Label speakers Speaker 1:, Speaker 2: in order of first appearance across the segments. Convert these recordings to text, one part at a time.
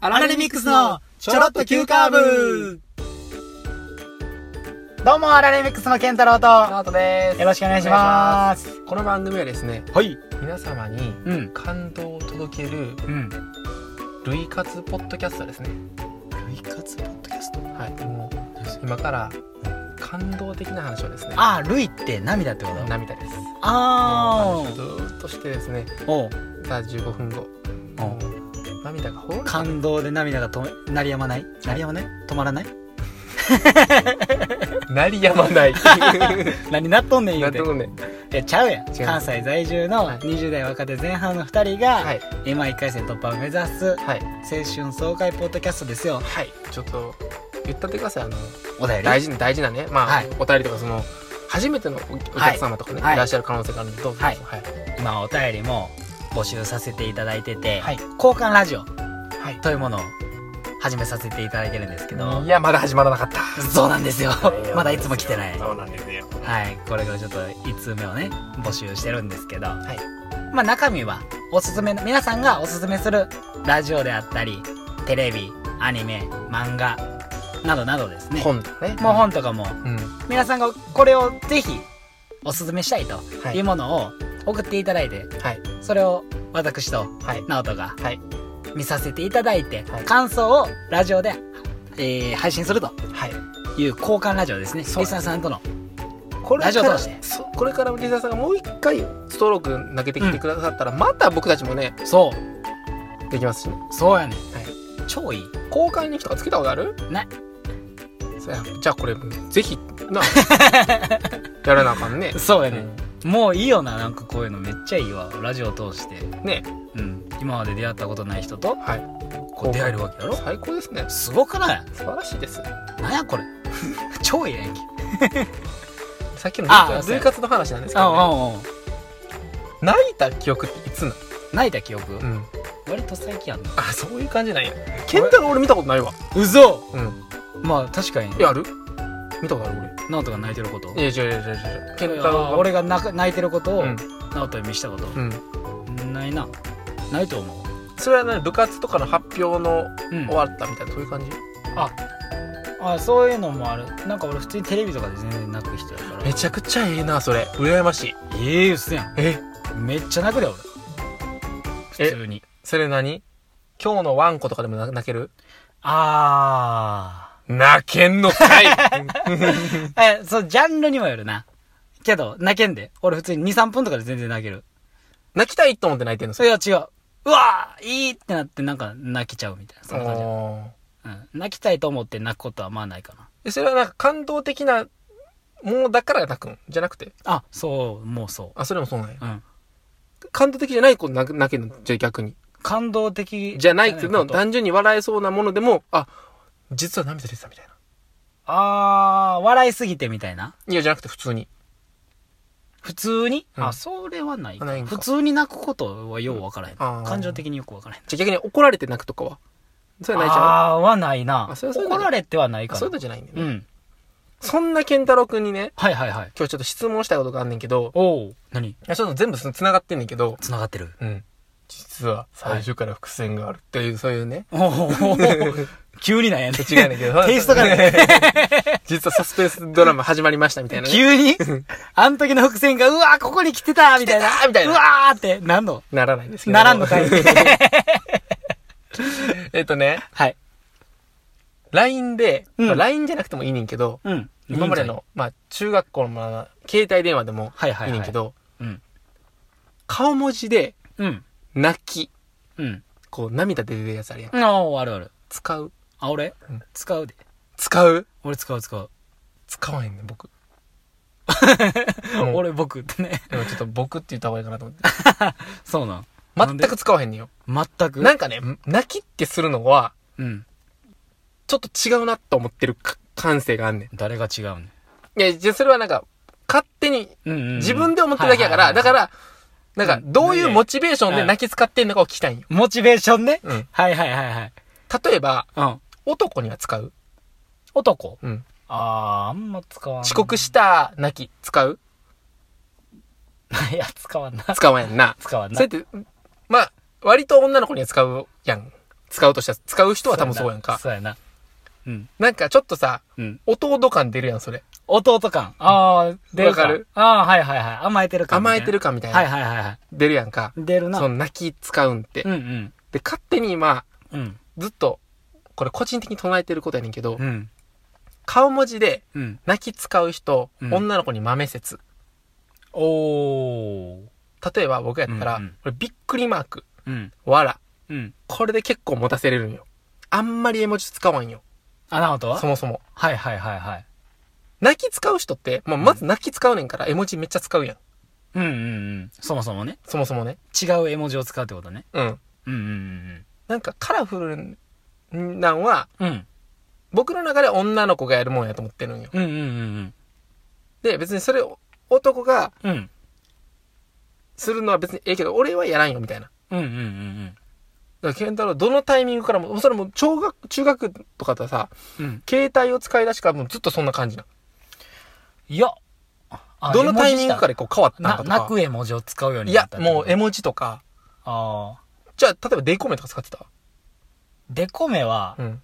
Speaker 1: アラレミックスのちょろっと急カーブどうも、アラレミックスのケンタロウと、よ
Speaker 2: ナートです。
Speaker 1: ろしくお願いします。
Speaker 2: す。この番組はですね、
Speaker 1: はい。
Speaker 2: 皆様に
Speaker 1: うん。
Speaker 2: 感動を届ける
Speaker 1: うん。
Speaker 2: 類活ポッドキャストですね。
Speaker 1: 類活ポッドキャスト
Speaker 2: はい。もう今から感動的な話をですね、
Speaker 1: あ、類って涙ってこと
Speaker 2: 涙です。
Speaker 1: あ
Speaker 2: もう話をずーっとしてですね、
Speaker 1: ー。おう
Speaker 2: さあ15分後、もう涙がほろり
Speaker 1: 感動で涙が止め、鳴りやまない鳴りやまない止まらない
Speaker 2: なりやま ない。
Speaker 1: 何なっとんねん言
Speaker 2: な
Speaker 1: うて
Speaker 2: る。ほどね。
Speaker 1: え、ちゃうやん。
Speaker 2: 違う
Speaker 1: 関西在住の20代若手前半の2人
Speaker 2: は
Speaker 1: が、
Speaker 2: い
Speaker 1: M1 回戦突破を目指す
Speaker 2: はい
Speaker 1: 青春爽快ポッドキャストですよ。
Speaker 2: はい。ちょっと言ったってください。あの
Speaker 1: お便り。
Speaker 2: 大事な大事なね、まあ、
Speaker 1: はい
Speaker 2: お便りとかその。初めてのおお客様とかね、
Speaker 1: はい
Speaker 2: い、らっしゃる可能性があるんでどうぞ、
Speaker 1: はい
Speaker 2: はい
Speaker 1: まあお便りも募集させていただいてて、
Speaker 2: はい
Speaker 1: 交換ラジオ
Speaker 2: はい
Speaker 1: というものを始めさせていただいてるんですけど
Speaker 2: い、やまだ始まらなかった
Speaker 1: そうなんですよ
Speaker 2: いや
Speaker 1: まだいつも来てない
Speaker 2: そうなんですよ
Speaker 1: はいこれからちょっと1通目をね募集してるんですけど、
Speaker 2: い
Speaker 1: まあ中身はおすすめの皆さんがおすすめするラジオであったりテレビアニメ漫画などなどですね
Speaker 2: 本だね
Speaker 1: もう本とかも
Speaker 2: うん
Speaker 1: 皆さんがこれをぜひおすすめしたいと
Speaker 2: はい
Speaker 1: いうものを送っていただいて、
Speaker 2: はい
Speaker 1: それを私と
Speaker 2: はい
Speaker 1: 直人が
Speaker 2: はい
Speaker 1: 見させていただいて、
Speaker 2: はい
Speaker 1: 感想をラジオで、えー配信すると
Speaker 2: はい
Speaker 1: いう交換ラジオですねリス
Speaker 2: そう
Speaker 1: ナーさんとの
Speaker 2: これ
Speaker 1: ラジオ
Speaker 2: から
Speaker 1: 通して
Speaker 2: そうこれからリザーさんがもう一回ストローク投げてきてくださったら、また僕たちもね
Speaker 1: そう
Speaker 2: できますしね
Speaker 1: そうやねん、
Speaker 2: はい
Speaker 1: 超いい
Speaker 2: 交換にとかつけたことある
Speaker 1: ない
Speaker 2: そうやじゃあこれぜひ なやらなあかんね
Speaker 1: そうやね、ん、もういいよななんかこういうのめっちゃいいわラジオを通して、
Speaker 2: ね
Speaker 1: うん、今まで出会ったことない人と
Speaker 2: はい
Speaker 1: こう出会えるわけやろ
Speaker 2: 最高ですね
Speaker 1: すごくない
Speaker 2: 素晴らしいです
Speaker 1: なんやこれ 超いいやんけ
Speaker 2: さっきの
Speaker 1: あ
Speaker 2: 類活
Speaker 1: そうや
Speaker 2: 類活の話なんですけ
Speaker 1: あ
Speaker 2: ど、ね、
Speaker 1: ああ
Speaker 2: 泣いた記憶っていつな
Speaker 1: 泣いた記憶、
Speaker 2: ん
Speaker 1: 割と最近やんな
Speaker 2: あそういう感じなんやケンタロウ俺見たことないわ
Speaker 1: うそ
Speaker 2: うん
Speaker 1: まあ確かに
Speaker 2: えある見たことある
Speaker 1: 直人が泣いてること
Speaker 2: 俺いや違う違う違う違うケンタロウ
Speaker 1: あ
Speaker 2: が
Speaker 1: 俺が泣く泣いてることを
Speaker 2: うん
Speaker 1: 直人に見したこと、
Speaker 2: うん
Speaker 1: ないなないと思う
Speaker 2: それはね部活とかの発表の
Speaker 1: うん
Speaker 2: 終わったみたいなそういう感じ
Speaker 1: あそういうのもあるなんか俺普通にテレビとかで全然泣く人やから
Speaker 2: めちゃくちゃええなそれ羨ましい
Speaker 1: ええうっせやん
Speaker 2: え
Speaker 1: めっちゃ泣くで俺普通に
Speaker 2: それ何今日のワンコとかでもな泣ける
Speaker 1: あ
Speaker 2: 泣けんのかい
Speaker 1: ーえそうジャンルにもよるなけど泣けんで俺普通に23分とかで全然泣ける
Speaker 2: 泣きたいと思って泣いてんの
Speaker 1: それは違ううわーいいってなってなんか泣けちゃうみたいなそんな感じや
Speaker 2: おー
Speaker 1: うん、泣きたいと思って泣くことはまあないかな
Speaker 2: えそれはなんか感動的なものだから泣くんじゃなくて
Speaker 1: あそうもうそ
Speaker 2: あそれもそうなんや
Speaker 1: ううん
Speaker 2: 感動的じゃないこと泣く泣けるのじゃあ逆に
Speaker 1: 感動的
Speaker 2: じゃないけど、
Speaker 1: こと
Speaker 2: 単純に笑えそうなものでも、あ、実は涙出てたみたいな。
Speaker 1: あー笑いすぎてみたいない
Speaker 2: や、じゃなくて普通に。
Speaker 1: 普通に、
Speaker 2: うん
Speaker 1: あそれはないか
Speaker 2: ないんか
Speaker 1: 普通に泣くことはようわからへん、
Speaker 2: あー
Speaker 1: 感情的によくわからへん
Speaker 2: じゃあ逆に怒られて泣くとかはそれは泣いちゃう
Speaker 1: あーはないな
Speaker 2: あそれはそういうの
Speaker 1: 怒られてはない
Speaker 2: あ
Speaker 1: か
Speaker 2: そう
Speaker 1: ら
Speaker 2: いうのじゃないんだよね。
Speaker 1: うん
Speaker 2: そんな健太郎くんにね、
Speaker 1: はいはいはい
Speaker 2: 今日ちょっと質問したいことがあんねんけど、
Speaker 1: おお何
Speaker 2: いやちょっと全部その繋がってんねんけど、
Speaker 1: つながって る
Speaker 2: うん。実は最初から伏線があるっていう、そういうね。
Speaker 1: おー急になんやね
Speaker 2: 違うねんけど。
Speaker 1: テイストが ね
Speaker 2: 実はサスペンスドラマ始まりましたみたいな、ね。
Speaker 1: 急にあん時の伏線がうわーここに来てたみ たいな
Speaker 2: 来てたみたいな
Speaker 1: うわーってなんの
Speaker 2: ならないんですけど。
Speaker 1: ならんのかい
Speaker 2: えっとね、
Speaker 1: はい。
Speaker 2: LINE で、
Speaker 1: うん
Speaker 2: まあ LINE じゃなくてもいいねんけど、
Speaker 1: うん。
Speaker 2: 今までの、まあ、中学校の、まあ、携帯電話でも
Speaker 1: はいはいはい
Speaker 2: いいねんけど、
Speaker 1: うん。
Speaker 2: 顔文字で
Speaker 1: うん。
Speaker 2: 泣き、
Speaker 1: うん。
Speaker 2: こう涙出てるやつあるやん。
Speaker 1: ああ、あるある。
Speaker 2: 使う
Speaker 1: あ、俺、
Speaker 2: うん
Speaker 1: 使うで。
Speaker 2: 使う
Speaker 1: 俺使う使う。
Speaker 2: 使わへんねん、僕。もう
Speaker 1: 俺僕ってね。
Speaker 2: でもちょっと僕って言った方がいいかなと思って。
Speaker 1: そうなん。なん
Speaker 2: 全
Speaker 1: で
Speaker 2: く使わへんねんよ。
Speaker 1: 全く。
Speaker 2: なんかね、泣きってするのは、
Speaker 1: うん。
Speaker 2: ちょっと違うなと思ってるか感性があんね
Speaker 1: 誰が違うね。
Speaker 2: ん。いや、じゃあそれはなんか、勝手に、
Speaker 1: うんうんうん。
Speaker 2: 自分で思ってるだけやから、
Speaker 1: はいは
Speaker 2: だ
Speaker 1: いはい
Speaker 2: か
Speaker 1: はい、
Speaker 2: ら、なんか、どういうモチベーションで泣き使ってんのかを聞きたいんよ。
Speaker 1: モチベーションね。
Speaker 2: うん。
Speaker 1: はいはいはいはい。
Speaker 2: 例えば、
Speaker 1: うん。
Speaker 2: 男には使う
Speaker 1: 男
Speaker 2: うん。
Speaker 1: ああ、あんま使わん。
Speaker 2: 遅刻した、泣き、使う
Speaker 1: いや、使わんな。
Speaker 2: 使わへんな。
Speaker 1: 使わん
Speaker 2: それ
Speaker 1: な
Speaker 2: っ。て、まあ、割と女の子には使うやん。使うとしたら、使う人は多分そうやんか。
Speaker 1: そうやな。そうやな
Speaker 2: なんかちょっとさ、
Speaker 1: うん。うん。
Speaker 2: 弟感出るやん、それ。
Speaker 1: 弟感。ああ、出る
Speaker 2: わかる
Speaker 1: ああ、はいはいはい。甘えてる感、
Speaker 2: 甘えてる感みたい
Speaker 1: はい
Speaker 2: な。
Speaker 1: はいはいはい。
Speaker 2: 出るやんか。
Speaker 1: 出るな。
Speaker 2: その
Speaker 1: う
Speaker 2: 泣き使うんって。
Speaker 1: んうん。
Speaker 2: で、勝手に今、
Speaker 1: うん。
Speaker 2: ずっと、これ個人的に唱えてることやねんけど
Speaker 1: う、ん。
Speaker 2: 顔文字で、
Speaker 1: うん。
Speaker 2: 泣き使う人、
Speaker 1: うん
Speaker 2: 女の子に豆説。
Speaker 1: おー。
Speaker 2: 例えば僕やったら、
Speaker 1: うんうん
Speaker 2: これびっくりマーク、
Speaker 1: うん。
Speaker 2: わら。
Speaker 1: うん。
Speaker 2: これで結構持たせれるんよ。あんまり絵文字使わんよ。
Speaker 1: あ、なおとは
Speaker 2: そもそも。
Speaker 1: はいはいはいはい。
Speaker 2: 泣き使う人って、もうまず泣き使うねんから、絵文字めっちゃ使うやん。
Speaker 1: うんうんうん。そもそもね。
Speaker 2: そもそもね。
Speaker 1: 違う絵文字を使うってことね。
Speaker 2: うん。
Speaker 1: うんうん
Speaker 2: なんかカラフルなんは、
Speaker 1: うんうん。うん。
Speaker 2: 僕の中で女の子がやるもんやと思ってるんよ。
Speaker 1: うんうんうん
Speaker 2: で、別にそれを男が
Speaker 1: うん。うん。
Speaker 2: するのは別にええけど、俺はやらんよ、みたいな。
Speaker 1: うんうんうんうん。
Speaker 2: だから、ケンタロウ、どのタイミングからも、それも、小学、中学とかだとさ、
Speaker 1: うん。
Speaker 2: 携帯を使い出しからもうずっとそんな感じな。
Speaker 1: いや。あ
Speaker 2: どのタイミングかららこう変わったの
Speaker 1: な、
Speaker 2: かと
Speaker 1: 泣
Speaker 2: か。
Speaker 1: く絵文字を使うよう
Speaker 2: い
Speaker 1: にな
Speaker 2: や
Speaker 1: った、ってこと
Speaker 2: もう絵文字とか。
Speaker 1: ああ。
Speaker 2: じゃあ、例えばデイコメとか使ってた
Speaker 1: デコメは
Speaker 2: う、ん。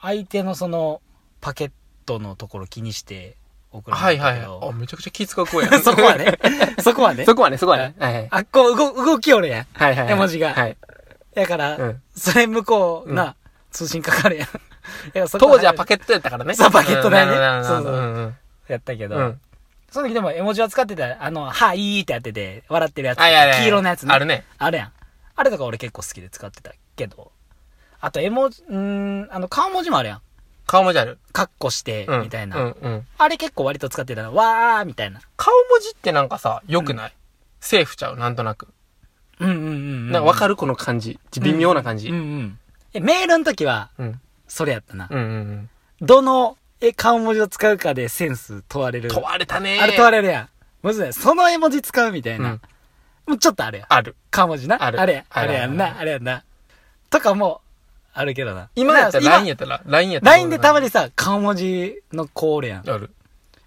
Speaker 1: 相手のその、パケットのところ気にして送るんだ
Speaker 2: は
Speaker 1: け
Speaker 2: い
Speaker 1: ど。
Speaker 2: はいはい。あ、めちゃくちゃ気使う子や ん。
Speaker 1: そこは。 ね。そこはね。
Speaker 2: そこはね、そこはね。はいはい。
Speaker 1: あ、こう、動、動きよるやん。
Speaker 2: はいはいはい。
Speaker 1: 絵文字が
Speaker 2: はい。
Speaker 1: だから、
Speaker 2: うん
Speaker 1: それ向こう、
Speaker 2: うん
Speaker 1: な、通信かかるやん。いやそこ
Speaker 2: 当時はパ
Speaker 1: ケ
Speaker 2: ケットやったからね。
Speaker 1: そうパケットだよね
Speaker 2: うんなるほど
Speaker 1: そうそう
Speaker 2: なる
Speaker 1: やったけ
Speaker 2: ほ
Speaker 1: ど、
Speaker 2: どうんうん。
Speaker 1: その時でも絵文字は使ってた、あの、はいーってやってて、笑ってるやつ。
Speaker 2: あいやいやいや
Speaker 1: 黄色のやつね。
Speaker 2: あるね。
Speaker 1: あるやん。あれとか俺結構好きで使ってたけど。あと絵文字、んーあの、顔文字もあるやん。
Speaker 2: 顔文字ある。
Speaker 1: カッコして、
Speaker 2: うん
Speaker 1: みたいな、
Speaker 2: うんうん。
Speaker 1: あれ結構割と使ってたな。わーみたいな。
Speaker 2: 顔文字ってなんかさ、良くないセーフちゃう、なんとなく。
Speaker 1: うんうんうん、うん。
Speaker 2: なんかわか
Speaker 1: る
Speaker 2: るこの感じ。微妙な感じ。
Speaker 1: うん
Speaker 2: う
Speaker 1: うんん。え、メールの時は、
Speaker 2: うん
Speaker 1: それやったな。
Speaker 2: うんうん。
Speaker 1: どの、え、顔文字を使うかでセンス問われる。
Speaker 2: 問われたね
Speaker 1: あれ問わ
Speaker 2: れ
Speaker 1: れるやん。むずい。その絵文字使うみたいな。
Speaker 2: うん
Speaker 1: もうちょっとあるやん。
Speaker 2: ある。
Speaker 1: 顔文字な。
Speaker 2: あ
Speaker 1: あ
Speaker 2: る
Speaker 1: れや。
Speaker 2: あ
Speaker 1: あ
Speaker 2: る
Speaker 1: れやんな。あれやんな。とかも、あるけどな。
Speaker 2: 今やったら
Speaker 1: な
Speaker 2: LINE やったら、LINE やっ
Speaker 1: 今
Speaker 2: たら。
Speaker 1: LINE でたまにさ、顔文字の子おるやん。
Speaker 2: ある。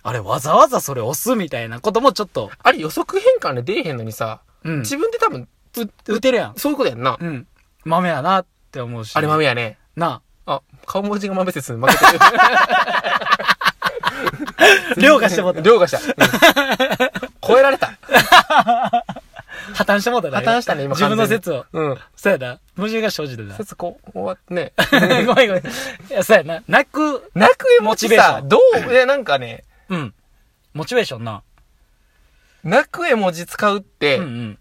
Speaker 1: あれ、わざわざそれ押すみたいなこともちょっと、
Speaker 2: あれ予測変換で出えへんのにさ、
Speaker 1: うん。
Speaker 2: 自分で多分、う
Speaker 1: 打てるやん。
Speaker 2: そういうことやんな。
Speaker 1: うん。豆やなって思うし。
Speaker 2: あれ豆やね。
Speaker 1: な
Speaker 2: あ、顔文字が豆説に負けてる。
Speaker 1: あ。 凌駕してもうた。
Speaker 2: 凌駕した。うん超えられた。
Speaker 1: 破綻してもうたな
Speaker 2: 破綻したね今
Speaker 1: 自分の
Speaker 2: 完全に
Speaker 1: 説を。
Speaker 2: うん。
Speaker 1: そうやな。矛盾が生じてた。
Speaker 2: 節子、終わってね。
Speaker 1: ごめんごめん。いや、そうやな。泣く、
Speaker 2: 泣く絵文字
Speaker 1: モチベーシ
Speaker 2: さ
Speaker 1: ョ、ン
Speaker 2: どう、いや、なんかね、
Speaker 1: うん。モチベーションな。
Speaker 2: 泣く絵文字使うって、
Speaker 1: うん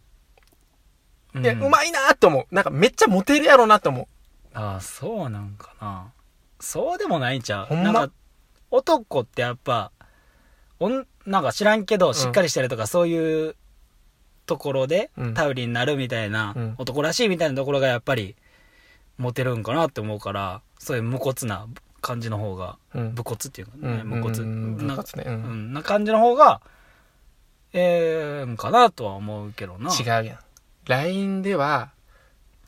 Speaker 1: うん。
Speaker 2: いや、
Speaker 1: ん
Speaker 2: うまいなーって思う。なんかめっちゃモテるやろなって思
Speaker 1: ああ、そうなんかな。そうでもないんちゃう。
Speaker 2: ほんま
Speaker 1: なんか、男ってやっぱ、おん、なんか知らんけど、しっかりしてるとか、そういうところで
Speaker 2: うん、
Speaker 1: 頼りになるみたいな、
Speaker 2: うん
Speaker 1: 男らしいみたいなところがやっぱり、モテるんかなって思うから、そういう無骨な感じの方が、
Speaker 2: う。うん
Speaker 1: 武骨っていうか
Speaker 2: う
Speaker 1: ね、
Speaker 2: ん。
Speaker 1: 無骨。
Speaker 2: うん
Speaker 1: な
Speaker 2: 部活ね。う
Speaker 1: うんん、な感じの方が、ええんかなとは思うけどな。
Speaker 2: 違うやん。LINE では、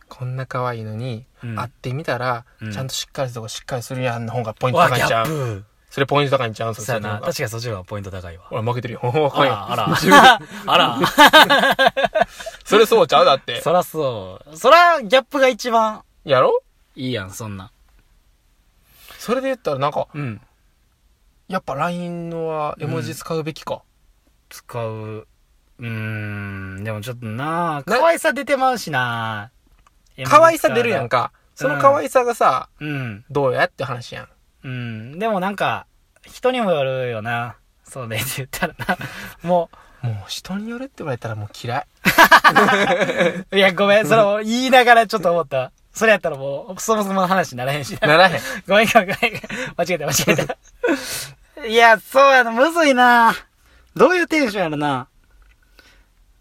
Speaker 2: こんな可愛いのに、
Speaker 1: うん
Speaker 2: 会ってみたら、
Speaker 1: うん
Speaker 2: ちゃんとしっかりするとこしっかりするやんの方がポイン
Speaker 1: う
Speaker 2: ト
Speaker 1: わ、
Speaker 2: 高
Speaker 1: ギ
Speaker 2: いんち
Speaker 1: ャ
Speaker 2: ゃ
Speaker 1: ッ
Speaker 2: う。
Speaker 1: プ。
Speaker 2: それポイント高いんちゃうんそれ
Speaker 1: そうやな。
Speaker 2: そっ
Speaker 1: 確
Speaker 2: ち
Speaker 1: かにそっちの方がポイント高いわ。
Speaker 2: の方が俺負けてるよ。ほんまか んよ
Speaker 1: あら、あら。あら。
Speaker 2: それそうちゃうだっ て。
Speaker 1: そらそう。そら、ギャップが一番
Speaker 2: やろ
Speaker 1: いいやん、そんな。
Speaker 2: それで言ったらなんか、
Speaker 1: うん。
Speaker 2: やっぱ LINE のは絵文字使うべきか。
Speaker 1: 使う。うーん、でもちょっとなあ可愛さ出てまうしな
Speaker 2: 可愛さ出るやん。か。その可愛さがさ、
Speaker 1: うん。
Speaker 2: どうやって話やん。
Speaker 1: うん。でもなんか、人にもよるよな。そうね、って言ったらな。 も
Speaker 2: もう人によるって言われたらもう嫌い。
Speaker 1: う、いや、ごめん、それを言いながらちょっと思った。それやったらもう、そもそもの話にならへんしな。
Speaker 2: ならへん。
Speaker 1: ごめんごめんごめん。間違えた間違えた。いや、そうやな、むずいな。どういうテンションやろな。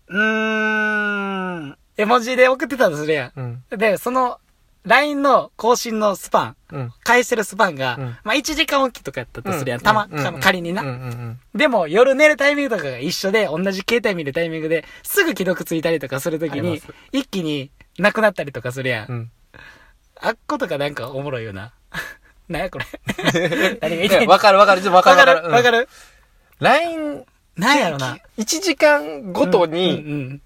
Speaker 1: うーん。絵文字で送ってたとするや
Speaker 2: うん。
Speaker 1: ん。で、その、LINE の更新のスパン、
Speaker 2: うん。
Speaker 1: 返してるスパンが、
Speaker 2: うん
Speaker 1: まあ1時間おきとかやったとするやん。たま、
Speaker 2: うん
Speaker 1: 仮にな、
Speaker 2: うんうんうん。
Speaker 1: でも夜寝るタイミングとかが一緒で、同じ携帯見るタイミングで、すぐ既読ついたりとかするとき
Speaker 2: ありま
Speaker 1: に
Speaker 2: す、
Speaker 1: 一気になくなったりとかするやん。
Speaker 2: うん。
Speaker 1: あっことかなんかおもろいよな。 なんや これ。何が言い
Speaker 2: い
Speaker 1: たい
Speaker 2: やわかるわかる。ちょっとわか
Speaker 1: わ
Speaker 2: る
Speaker 1: か
Speaker 2: わか
Speaker 1: る
Speaker 2: る。
Speaker 1: わか
Speaker 2: る。
Speaker 1: る。
Speaker 2: LINE、
Speaker 1: なんやろな。
Speaker 2: 1時間ごとに、
Speaker 1: うん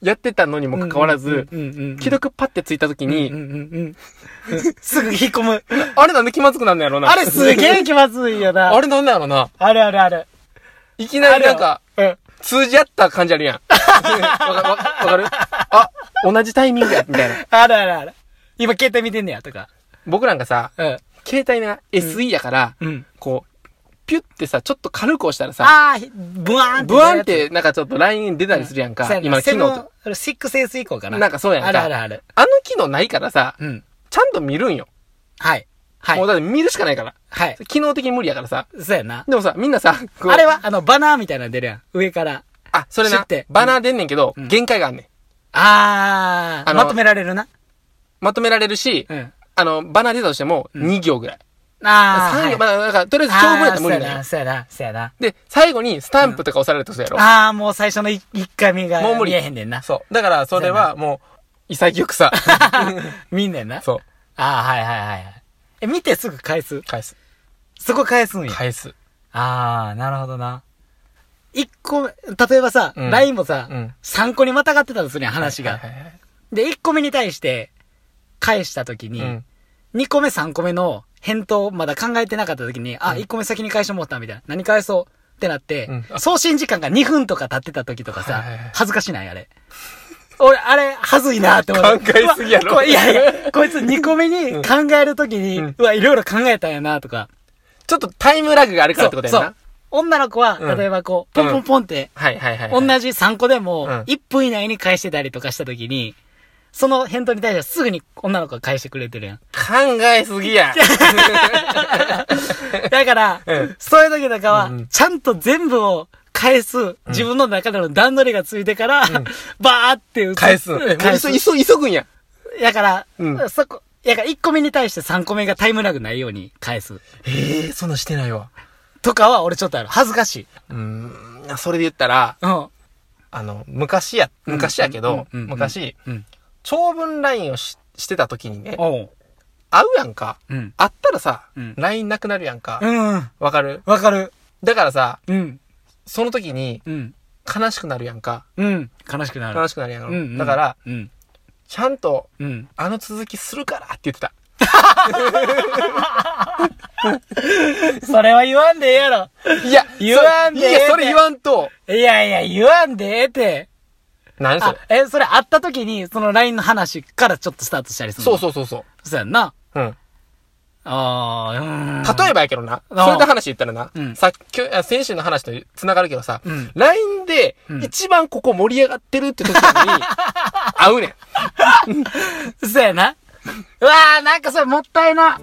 Speaker 2: やってたのにもかかわらず、
Speaker 1: うんうんうんうん、
Speaker 2: 既読パッてついた時
Speaker 1: う
Speaker 2: に、
Speaker 1: んうんうんうん すぐ引っ込む。
Speaker 2: あれなんで気まずくなんのやろな。
Speaker 1: あれすげえ気まずいよな。
Speaker 2: あれなんだろうな。
Speaker 1: あるあるある。
Speaker 2: いきなりなんか、
Speaker 1: あるよ、
Speaker 2: 通じ合った感じあるやん。 わかわかわかるあ、同じタイミングや、みたいな。
Speaker 1: うん。あるあるある。今携帯見てんねや、とか。
Speaker 2: 僕なんかさ、
Speaker 1: うん。
Speaker 2: 携帯が SE やから、
Speaker 1: うん。
Speaker 2: こう、ピュってさ、ちょっと軽く押したらさ、
Speaker 1: ああ、ブワーンって。
Speaker 2: ブワンっ。てなんかちょっと LINE 出たりするやんか、今の機能と。
Speaker 1: 6S 以降かな。
Speaker 2: なんかそうやんか
Speaker 1: あるあるある。
Speaker 2: あの機能ないからさ、
Speaker 1: うん。
Speaker 2: ちゃんと見るんよ。
Speaker 1: はい。はい
Speaker 2: もう。だって見るしかないから。
Speaker 1: はい。
Speaker 2: 機能的に無理やからさ。
Speaker 1: そうやな。
Speaker 2: でもさ、みんなさ、こう
Speaker 1: あれは、あの、バナーみたいなの出るやん。上から。
Speaker 2: あ、それ
Speaker 1: 知っ
Speaker 2: な
Speaker 1: て、
Speaker 2: バナー出んねんけど、
Speaker 1: うん
Speaker 2: 限界があんねん。
Speaker 1: あー、
Speaker 2: あの
Speaker 1: まとめられるな。
Speaker 2: まとめられるし、
Speaker 1: うん。
Speaker 2: あの、バナー出たとしても、
Speaker 1: うん
Speaker 2: 2行ぐらい。
Speaker 1: あー。
Speaker 2: 3
Speaker 1: はい
Speaker 2: 行、まあ、なんか、とりあえず長文やったら無理
Speaker 1: あー
Speaker 2: だよ。
Speaker 1: そうやな、そうやな、
Speaker 2: で、最後にスタンプとか押されるとするや
Speaker 1: そう
Speaker 2: ろ
Speaker 1: や。な。あー、もう最初の一一回目が
Speaker 2: もう無理
Speaker 1: 見えへんねんな。
Speaker 2: そう。だから、それはもう、潔く さ、
Speaker 1: 見んねんな。
Speaker 2: そう、
Speaker 1: あー、はいはいはいはい。え、見てすぐ返す
Speaker 2: 返す。
Speaker 1: そこ返すんや。
Speaker 2: 返す。
Speaker 1: あー、なるほどな。一個目、例えばさ、
Speaker 2: うん
Speaker 1: LINE もさ、
Speaker 2: うん
Speaker 1: 参考にまたがってたとするやん、話が。
Speaker 2: はいはいはい
Speaker 1: で、一個目に対して、返したときに、
Speaker 2: うん。
Speaker 1: 2個目3個目の返答をまだ考えてなかった時に、あ、
Speaker 2: うん
Speaker 1: 1個目先に返してもらったみたいな。何返そうってなって、
Speaker 2: うんあ
Speaker 1: 送信時間が2分とか経ってた時とかさ
Speaker 2: はいはいはい、
Speaker 1: 恥ずかしないあれ。 俺、あれ、恥ずいなって思って。
Speaker 2: 考えすぎやろ
Speaker 1: うわこいやいや、こいつ2個目に考える時に、
Speaker 2: う
Speaker 1: うんわ、いろいろ考えたんやなとか。
Speaker 2: ちょっとタイムラグがあるからってことや
Speaker 1: そ
Speaker 2: な
Speaker 1: う。。女の子は、
Speaker 2: うん
Speaker 1: 例えばこう、ポンポンポンって、
Speaker 2: はいはいはい。
Speaker 1: 同じ3個でも、
Speaker 2: うん
Speaker 1: 1分以内に返してたりとかした時に、その返答に対してはすぐに女の子が返してくれてるやん。
Speaker 2: 考えす ぎや。
Speaker 1: だから、
Speaker 2: うん
Speaker 1: そういう時とかは、
Speaker 2: うんうん
Speaker 1: ちゃんと全部を返す、自分の中での段取りがついてから、 バーって打つ
Speaker 2: 返す。もう
Speaker 1: 返す。
Speaker 2: 急急急ぐんや。
Speaker 1: だから、
Speaker 2: うん
Speaker 1: そこ、だから1個目に対して3個目がタイムラグないように返す。
Speaker 2: ええ、そんなしてないわ。
Speaker 1: とかは俺ちょっとある。恥ずかしい。
Speaker 2: うーん、それで言ったら、
Speaker 1: うん。
Speaker 2: あの、昔や、昔やけど、
Speaker 1: うんうんうんうん
Speaker 2: 昔、
Speaker 1: うん。
Speaker 2: 長文 LINE をししてた時にね、
Speaker 1: おう。
Speaker 2: 会うやんか。
Speaker 1: うん。
Speaker 2: 会ったらさ
Speaker 1: うん、
Speaker 2: LINE なくなるやんか
Speaker 1: う。ん。
Speaker 2: わかる
Speaker 1: わかる。
Speaker 2: だからさ、
Speaker 1: うん。
Speaker 2: その時に
Speaker 1: うん。
Speaker 2: 悲しくなるやんか。
Speaker 1: うん。悲しくなる。
Speaker 2: 悲しくなるやんか。
Speaker 1: うんうん
Speaker 2: だから、、
Speaker 1: うん。
Speaker 2: ちゃんと、
Speaker 1: うん。
Speaker 2: あの続きするからって 言ってた。
Speaker 1: それは言わんでええやろ。
Speaker 2: いや、
Speaker 1: 言わんで
Speaker 2: それい
Speaker 1: ええ
Speaker 2: や、
Speaker 1: ね
Speaker 2: それ言わんと。
Speaker 1: いやいや、言わんでええって。
Speaker 2: 何そ
Speaker 1: あ
Speaker 2: れ。、
Speaker 1: え、それ会った時に、その LINE の話からちょっとスタートしたりする
Speaker 2: そう
Speaker 1: う。
Speaker 2: そうそうそ
Speaker 1: そうやんな。
Speaker 2: う。うん。
Speaker 1: ああ、うーん。
Speaker 2: 例えばやけどな、
Speaker 1: うん
Speaker 2: それで話言ったらな、
Speaker 1: うん
Speaker 2: さっき、あ先週の話と繋がるけどさ、
Speaker 1: うん
Speaker 2: LINE で
Speaker 1: うん
Speaker 2: 一番ここ盛り上がってるって時なのに、会うねん。
Speaker 1: そうやな。うわー、なんかそれもったいな。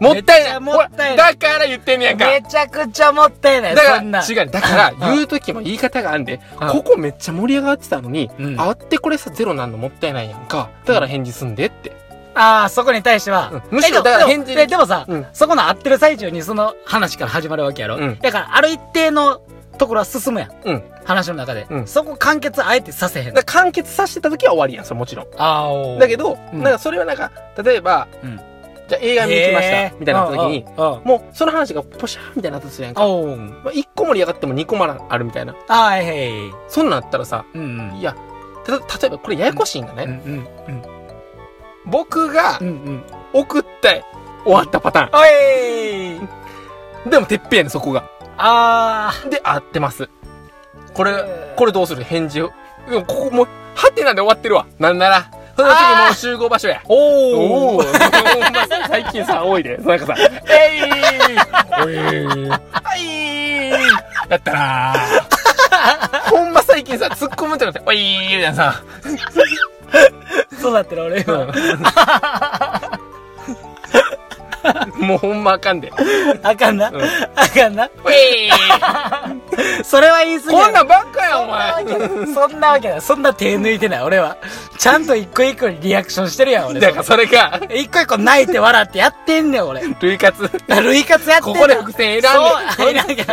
Speaker 2: もったいない。
Speaker 1: めっちゃもったいない
Speaker 2: ほらだから言ってんねやんか。
Speaker 1: めちゃくちゃもったいない。
Speaker 2: だか
Speaker 1: そん
Speaker 2: ら、
Speaker 1: な。
Speaker 2: 違うね。だから、
Speaker 1: ん
Speaker 2: 言う時も言い方があんで、
Speaker 1: うん
Speaker 2: ここめっちゃ盛り上がってたのに、
Speaker 1: うん
Speaker 2: 会ってこれさ、ゼロなんのもったいないやんか。だから返事すんでって。
Speaker 1: ああ、そこに対しては。
Speaker 2: うんむしろ
Speaker 1: えでも
Speaker 2: だから
Speaker 1: でも
Speaker 2: 返事
Speaker 1: えでもさ、
Speaker 2: うん
Speaker 1: そこの会ってる最中にその話から始まるわけやろ。
Speaker 2: うん
Speaker 1: だから、ある一定のところは進むやん。
Speaker 2: うん。
Speaker 1: 話の中で。
Speaker 2: うん
Speaker 1: そこ完結あえてさせへん。
Speaker 2: だから完結させてた時は終わりやん、それもちろん。
Speaker 1: ああ、おー
Speaker 2: だけど、
Speaker 1: うん
Speaker 2: なんかそれはなんか、例えば、
Speaker 1: うん
Speaker 2: じゃあ映画見に行きました、みたいな時に、。
Speaker 1: えーうんうんうん
Speaker 2: もうその話がポシャーみたいになったとするやんか。
Speaker 1: おー
Speaker 2: まあ、1個盛り上がっても2個まだあるみたいな。
Speaker 1: ああ、へい。
Speaker 2: そんなんあったらさ、
Speaker 1: うんうん。
Speaker 2: いや、た例えばこれややこしいんだ
Speaker 1: う
Speaker 2: ね。
Speaker 1: んうん
Speaker 2: 僕が
Speaker 1: うんうんうん。
Speaker 2: 送って終わったパタ
Speaker 1: おい
Speaker 2: ーン。でもてっぺんやねんそこが。
Speaker 1: あ
Speaker 2: で、合ってます。こ
Speaker 1: え
Speaker 2: れ
Speaker 1: ー、
Speaker 2: これどうする返事を。でもここもう、ハテナで終わってるわ。なんなら。その時もう集合場所や。
Speaker 1: ーお
Speaker 2: お
Speaker 1: お
Speaker 2: ーお前さ最近さ、多いで。なんかさ、
Speaker 1: えい
Speaker 2: おいはいだったらほんま最近さ、突っ込むってなって、おいーみたいなさ、
Speaker 1: そうだってる俺今。
Speaker 2: もうほんまあかんで。
Speaker 1: あかんな。
Speaker 2: うん
Speaker 1: あかんな。
Speaker 2: おいー
Speaker 1: それは言い過ぎや
Speaker 2: こんなんばっかや、お前。
Speaker 1: そんなわけない。そんな手抜いてない俺は。ちゃんと一個一個にリアクションしてるやん俺。
Speaker 2: だからそれが、
Speaker 1: 一個一個泣いて笑ってやってんねん俺。
Speaker 2: 類活。
Speaker 1: 類活やってん
Speaker 2: こ
Speaker 1: ねん
Speaker 2: こで伏線選んで
Speaker 1: そう、選んで。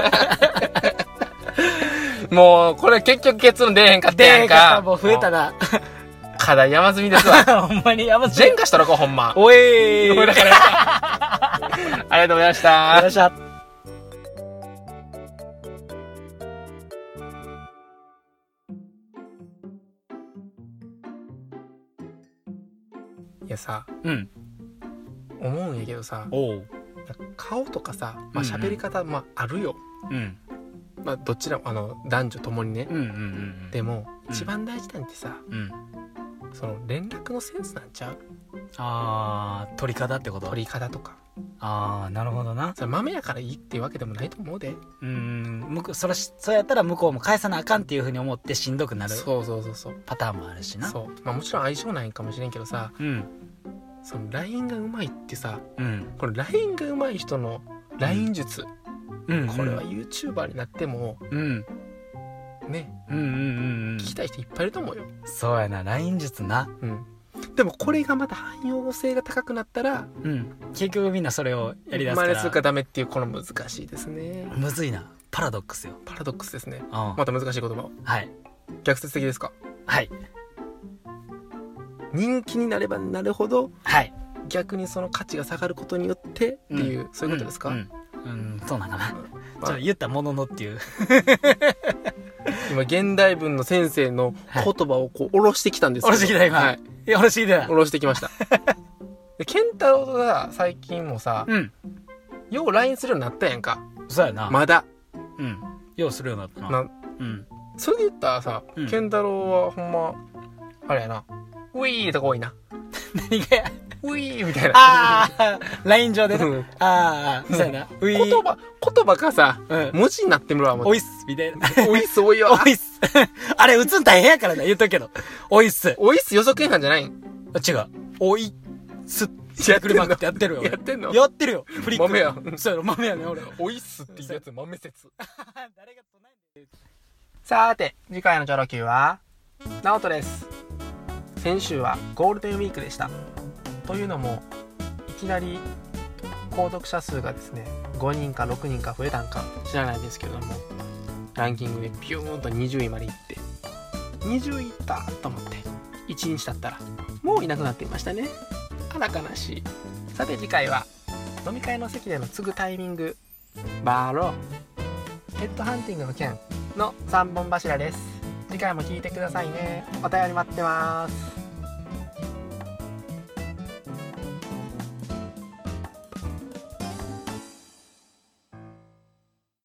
Speaker 2: もう、これ結局結論出えへんかったやんか。
Speaker 1: もう増えた
Speaker 2: な。
Speaker 1: な。
Speaker 2: 課題山積みで すわ。
Speaker 1: ほんまにやば
Speaker 2: ジェンガしたらこう、ほんま。
Speaker 1: おい
Speaker 2: だからありがとうございました
Speaker 1: よ っ。しゃ。
Speaker 2: いやさ
Speaker 1: うん。
Speaker 2: 思うんやけどさ
Speaker 1: おう。
Speaker 2: 顔とかさまあ
Speaker 1: うんうん
Speaker 2: 喋り方、まああるよ
Speaker 1: うん。
Speaker 2: まあどちらもあの男女ともにね
Speaker 1: うんうんうん。
Speaker 2: でも
Speaker 1: うん
Speaker 2: 一番大事なんてさ
Speaker 1: うん。
Speaker 2: その連絡のセンスなんちゃう
Speaker 1: あー、取り方ってこと
Speaker 2: 取り方とか
Speaker 1: あー、なるほどな。
Speaker 2: それ豆やからいいっていうわけでもないと思うで
Speaker 1: うん。向こうそれし、そうやったら向こうも返さなあかんっていうふうに思ってしんどくなる
Speaker 2: そうそうそうそう
Speaker 1: パターンもあるしな。
Speaker 2: そうまあもちろん相性ないかもしれんけどさ
Speaker 1: うん。
Speaker 2: その LINE がうまいってさ
Speaker 1: うん。
Speaker 2: この LINE がうまい人の LINE 術、
Speaker 1: うん。
Speaker 2: これは YouTuber になっても
Speaker 1: うん。
Speaker 2: ね
Speaker 1: うんうんうんうん
Speaker 2: 聞きたい人いっぱいいると思うよ、
Speaker 1: そうやな LINE 術な
Speaker 2: うん、でもこれがまた汎用性が高くなったら
Speaker 1: うん結局みんなそれをやりだす
Speaker 2: 真
Speaker 1: か
Speaker 2: 似する
Speaker 1: ら
Speaker 2: かダメっていうこの難しいですね
Speaker 1: むずいなパラドックスよ
Speaker 2: パラドックスですね
Speaker 1: うん
Speaker 2: また難しい言葉を
Speaker 1: はい
Speaker 2: 逆説的ですか
Speaker 1: はい
Speaker 2: 人気になればなるほど
Speaker 1: はい
Speaker 2: 逆にその価値が下がることによってっていう、そういうことですか、
Speaker 1: うん、うんうんそうなんかな、
Speaker 2: まあ
Speaker 1: ちょっと言ったもののっていう
Speaker 2: 今現代文の先生の言葉をこう下ろしてきたんですけ
Speaker 1: お
Speaker 2: ど
Speaker 1: ろしてきた今、
Speaker 2: はい
Speaker 1: い、やおろしてきた
Speaker 2: 下ろしてき ました。で、ケンタロウとさ、最近もさ、
Speaker 1: うん
Speaker 2: よう LINE するようになったやんか。
Speaker 1: そうやな、
Speaker 2: まだ。
Speaker 1: うんようするようになったな
Speaker 2: な
Speaker 1: うん
Speaker 2: それで言ったらさ、
Speaker 1: うん
Speaker 2: ケンタロウはほんま、あれやな、ウィーとか多いな。
Speaker 1: 何がや
Speaker 2: ウィーみたいな。
Speaker 1: ああ LINE 上でな
Speaker 2: うん
Speaker 1: ああそうやなうい
Speaker 2: 言葉、言葉がさ、
Speaker 1: うん
Speaker 2: 文字になってみるわ、も
Speaker 1: お
Speaker 2: う。
Speaker 1: いっすみたいな
Speaker 2: おいっす、おいよ。
Speaker 1: おいっすあれ打つん大変やからな言っとくけどおいっす
Speaker 2: おいっす予測違反じゃないん
Speaker 1: 違う。おい、すっ、や
Speaker 2: やっ
Speaker 1: ってて
Speaker 2: ん
Speaker 1: る
Speaker 2: の
Speaker 1: まくってやってるよ。俺
Speaker 2: やってんの
Speaker 1: やってるよ。フリック。
Speaker 2: 豆や
Speaker 1: そうやろ、豆やね、 俺。
Speaker 2: おいっすっていうやつ、豆説。
Speaker 1: 誰が唱え
Speaker 2: さーて次回のチョロ Q はナオトです先週はゴールデンウィークでしたというのもいきなり購読者数がですね5人か6人か増えたんか知らないですけれどもランキングでピューンと20位までいって20位いったと思って1日経ったらもういなくなっていましたねあら悲しいさて次回は飲み会の席での継ぐタイミングバーローヘッドハンティングの件の3本柱です次回も聞いてくださいねお便り待ってます